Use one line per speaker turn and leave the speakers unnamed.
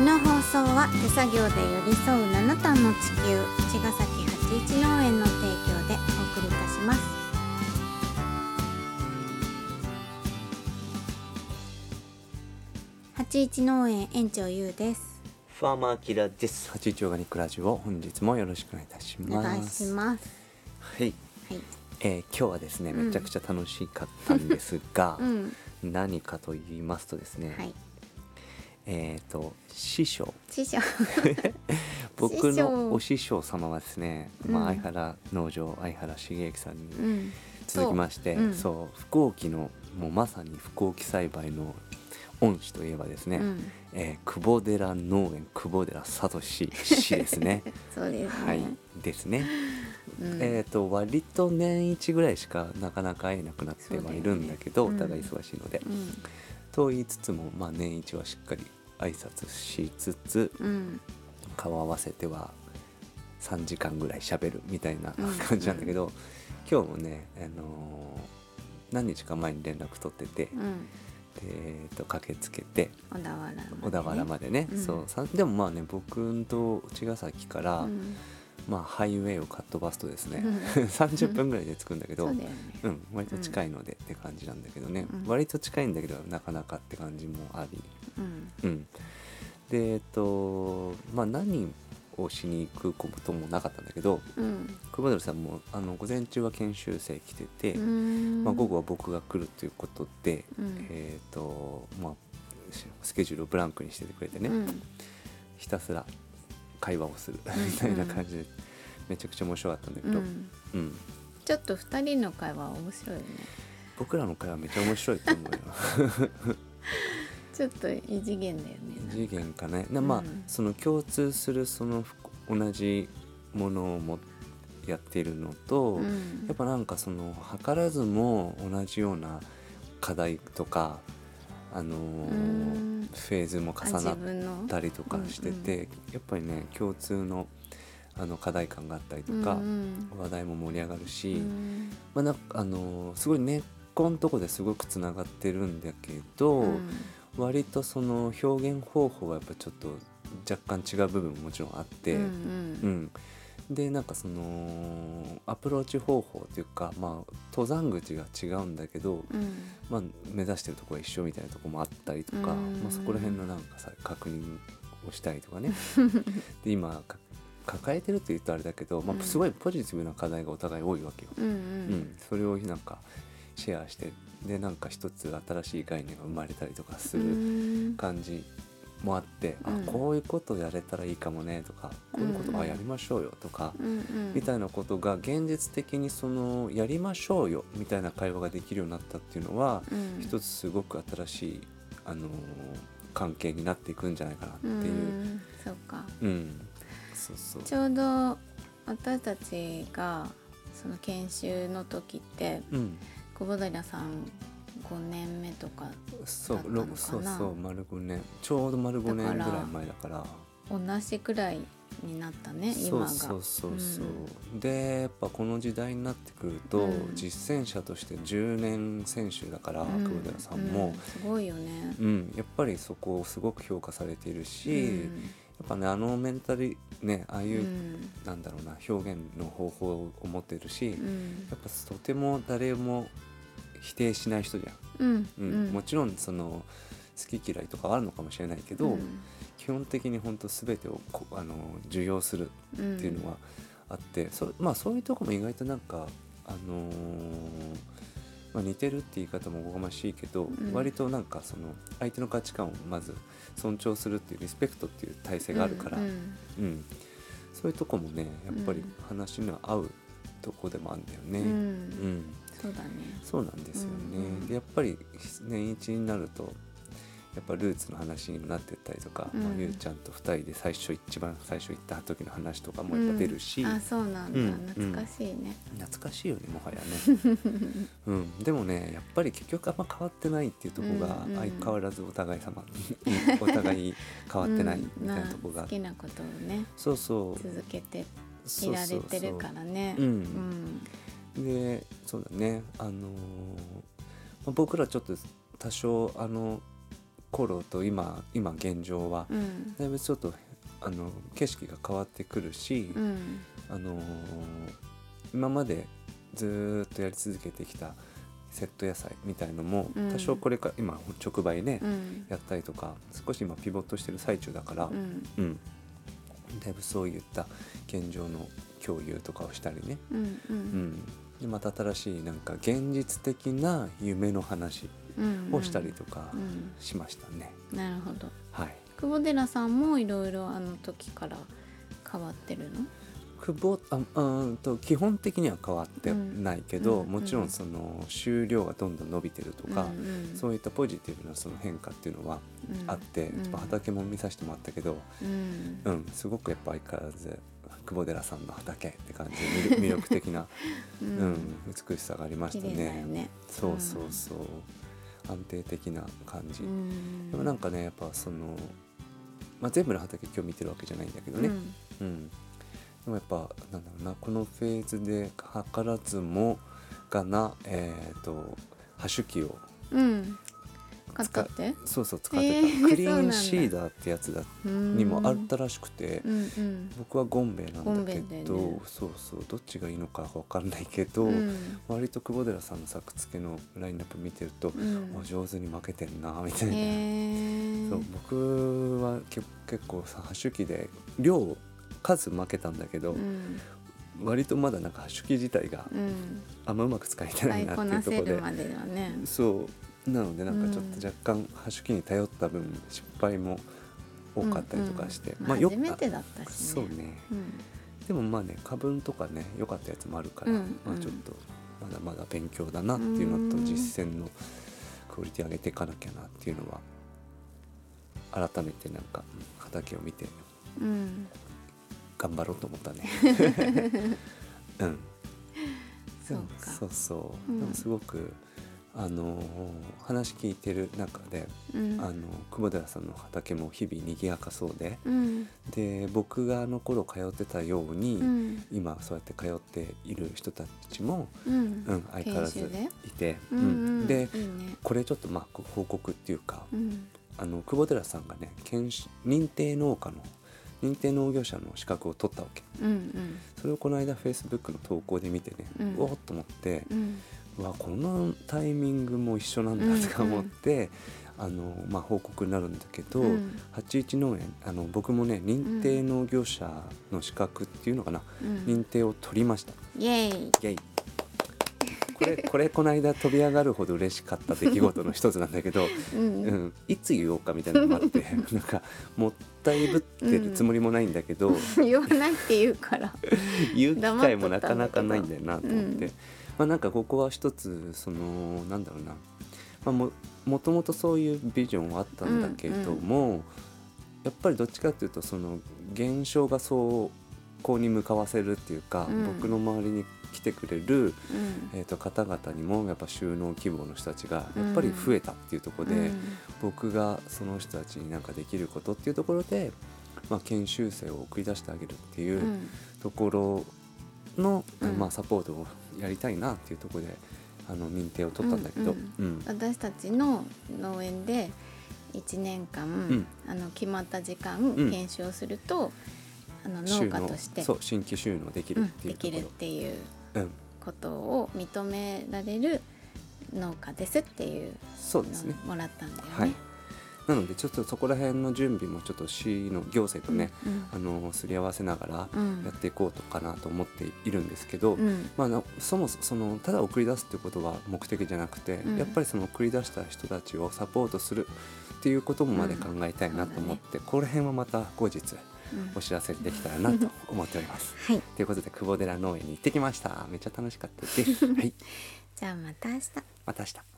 の放送は手作業で寄り添う七段の地球茅ヶ崎八一農園の提供でお送りいたします八一農園園長ゆうです
ファーマーキラーです八一オーガニックラジオ本日もよろしくお願いいたし
お
ます
願いします
はい、
はい
えー、今日はですね
うん
めちゃくちゃ楽しかったんですが、
うん
何かと言いますとですね、
はい
えっ、と師匠
師匠
僕
師匠
のお師匠様はですね、ま
うん
あ、相原農場相原茂之さん
う
に
ん
続きまして、
そううん
そう不幸期のもうまさに不幸期栽培の恩師といえばですね、
うん
えー久保寺農園久保寺聡氏氏ですね
そうですね、
はいですね、
うん
えっ、と割と年一ぐらいしかなかなか会えなくなってはいるんだけど
そうだよ
お
ね
互い忙しいので、
うん
と言いつつも、まあ、年一はしっかり挨拶しつつ
うん
顔合わせては3時間ぐらい喋るみたいな
うん
感じなんだけど、今日もね、あのー何日か前に連絡取ってて、
うん
でえーと駆けつけて
小田原までね
小田原までね、
うん
そうさんでもまあね僕と茅ヶ崎から、
うん
まあ、ハイウェイをかっ飛ばすとですね、
うん
30分ぐらいで着くんだけ
そ
ど、
う
う
だよ
ん
ね
割と近いのでって感じなんだけどね、
うん
割と近いんだけどなかなかって感じもあり、
うん
うん、でえっとまあ何をしに行くこともなかったんだけど
うん
熊野さんもあの午前中は研修生来てて、
ま
まあ、午後は僕が来るということで、
うん
えっとまあしスケジュールをブランクにしててくれてね、
うん
ひたすら会話をする
ん
みたいな感じで、めちゃくちゃ面白かったんだけ
う
ど、
ん、
うん
ちょっと二人の会話面白いよね
僕らの会話めっちゃ面白いと思うよ。
ちょっと異次元だよねなん
異
か
次元かね。なまあ、
うん
その共通するそのふ同じものをもやっているのと、
うん
やっぱなんかその図らずも同じような課題とかあのー
うん
フェーズも重
あ
な
自
っ
分の
たりとかしてて、やっぱりね共通のあの課題感があったりとか、
うん
話題も盛り上がるし。
うんうん
まあなんかあのーすごい根っこのとこですごくつながってるんだけど、
うん
割とその表現方法はやっぱちょっと若干違う部分ももちろんあって、
う
うん
ん
でなんかそのアプローチ方法というか、まあ、登山口が違うんだけど、
うん
まあ、目指してるとこが一緒みたいなとこもあったりとか、
うん
まあ、そこら辺のなんかさ確認をしたり とかねで今か抱えてるって言うとあれだけど、ま
うん
あ、すごいポジティブな課題がお互い多いわけよ。
うん
うん、それをなんかシェアしてでなんか一つ新しい概念が生まれたりとかする
うん
感じもあって、
うん
あこういうことやれたらいいかもねとかこういうこと、
うん
あやりましょうよとか、
うんうん
みたいなことが現実的にそのやりましょうよみたいな会話ができるようになったっていうのは、
うん
一つすごく新しい、あのー関係になっていくんじゃないかなっていう。
うんそうか
うんそうそう
ちょうど私たちがその研修の時って
うん、
久保平さん五年目とか
そう
だった
ろ
のかな
そうそう丸5年ちょうど丸5年ぐらい前だから
同じくらいになったね
そ
今
う
が
そうそうそう、でやっぱこの時代になってくると、
うん
実践者として10年選手だから、
うん
久保寺さん
う
も、
すごいよね
うんやっぱりそこをすごく評価されているし、やっぱねあのメンタリねああいう、
うん
なんだろうな表現の方法を持ってるし、
う
や
ん
っぱとても誰も否定しない人じ
うん
ゃん、うんもちろんその好き嫌いとかはあるのかもしれないけど、基本的に本当全てをこあの受容する
ん
っていうのはあって、そまあ、そういうとこも意外となんか、あのーまあ、似てるって言い方もおこがましいけど、
うん
割となんかその相手の価値観をまず尊重するっていうリスペクトっていう体制があるから、
う
うんん
うん
そういうとこもねやっぱり
うん
話には合うとこでもあるんだよね。
う
うん
んそうだね
そうなんですよね、
うん
でやっぱり年一になるとやっぱルーツの話にもなってったりとか、
うん
まあ、ゆうちゃんと2人で最初一番最初行った時の話とかもやっぱ出るし、
あそうなんだ、
うん
懐かしいね、
懐かしいよねもは やね、うん、でもねやっぱり結局あんま変わってないっていうところが
うんうん
相変わらずお互い様 お互い変わってないみたいなところ
まあ
が
好きなことをね
そうそう
続けて
そ
いうら
そ
れ
う
てるからね
そう
う
うんでそうだねあのーまあ僕らちょっと多少あの頃と今今現状は
うん
だいぶちょっとあの景色が変わってくるし、
うん
あのー今までずーっとやり続けてきたセット野菜みたいのも
うん
多少これから今直売ね、
うん
やったりとか少し今ピボットしてる最中だから、
うん
うんだいぶそういった現状の共有とかをしたりね、
うんう
うんん、でまた新しいなんか現実的な夢の話
うん
をしたりとか
うん
しましたね。
なるほど
はい
久保寺さんもいろいろあの時から変わってるの
久保あうーんと基本的には変わってないけど、
うん
もちろ
うん
んその収量がどんどん伸びてるとか、
うんうん、
そういったポジティブなその変化っていうのは
うん
あって、
うん
やっぱ畑も見させてもらったけど、
うん
うん、すごくやっぱ相変わらず久保寺さんの畑って感じで魅力魅力的な、
う
うん
ん
美しさがありまし
綺
た
麗
ね。
だよね
そうそうそう安定的な感じ、
うん
でもなんかねやっぱその、まあ、全部の畑今日見てるわけじゃないんだけどね、
うん
うん、でもやっぱなんだろうなこのフェーズで図らずもがなえっ、とハッシュ機を
うん買ったって
そうそう使ってた、
えー
クリ
そう
ー
なん
ン
だ
シーダーってやつだに
に
もあったらしくて、
うんうん
僕はゴンベイなんだけ
ゴンベイだ
ど
よね
そうそうどっちがいいのか分かんないけど、
うん
割と久保寺さんの作付けのラインナップ見てると、
うん
お上手に負けてんなみたい
へ
な、
え
そう僕はけ結構さハッシュ機で量数負けたんだけど、
うん
割とまだなんかハッシュ機自体が
うん
あんまうまく使えて
使
ない
い
なって
こ
い
な
うとこ
せ
ろで
るまではね
そうなのでなんかちょっ
うん
と若干ハッシュ機に頼った分失敗も多かったりとかして、
うんうんまあ
よ
初めてだったしね
そうね
うん
でもまあね花粉とかね良かったやつもあるから、
うん
まあ、ちょっとまだまだ勉強だなっていうのと
うん
実践のクオリティ上げていかなきゃなっていうのは改めてなんかうん畑を見て
うん
頑張ろうと思った ね。うん、
そうか
そうそう、
うん
でもすごくあのー話聞いてる中で、
うん
あの久保寺さんの畑も日々賑やかそうで
うん
で僕があの頃通ってたように、
うん
今そうやって通っている人たちも、
うん
うん、相変わらず
研修で
いて、
うんうん
で
いいね
これちょっとまあこ報告っていうか、
うん
あの久保寺さんがね研修認定農家の認定農業者の資格を取ったわけ。
うん
それをこの間フェイスブックの投稿で見てね、
う
うんおーっと思って
うんうん
うわこのタイミングも一緒なんだとか
うんうん
思って、あのまあ、報告になるんだけど、
うん
81農園あの僕もね認定農業者の資格っていうのかな、
うん
認定を取りました
イエーイ
イエイこれこれこの間飛び上がるほど嬉しかった出来事の一つなんだけど、
うん
うん、いつ言おうかみたいなのもあって なんかもったいぶってるつもりもないんだけど、
言わないって言うから
言う機会もなかなかないんだよなと思って
黙っとったんだけどうん
まあなんかここは一つそのなんだろうな、まあ、ももともとそういうビジョンはあったんだけども、やっぱりどっちかっていうとその現象がそうこうに向かわせるっていうか、
うん
僕の周りに来てくれる、
うん
えー、と方々にもやっぱ収納希望の人たちがやっぱり増えたっていうところで、
うん
僕がその人たちになんかできることっていうところで、まあ、研修生を送り出してあげるっていう。
うん
ところの、
うん
まあ、サポートをやりたいなっていうところであの認定を取ったんだけど、
う
うんん
私たちの農園で1年間、
ん
あの決まった時間、
ん
研修をするとあの
収
農家
納
として
そう新規収納でき
う
るっ
ん
て
で
いうと
き
こ
るっていう
ろ、うん
ことを認められる農家ですっていう
そうです
の
ね
を、もらったんだよね。
はいなのでちょっとそこら辺の準備もちょっと市の行政とね、
うん
あのすり合わせながら
うん
やっていこうとかなと思っているんですけど、
うん
まあな、そもそそのただ送り出すっていうことが目的じゃなくて、
うん
やっぱりその送り出した人たちをサポートするっていうこともまで考えたいなと思って、この辺はまた後
う
日
ん
お知らせできたらなと思っております。
はい、
ということ で久保寺農園に行ってきました。めっちゃ楽しかったです。はい、
じゃあまた明日
また明日。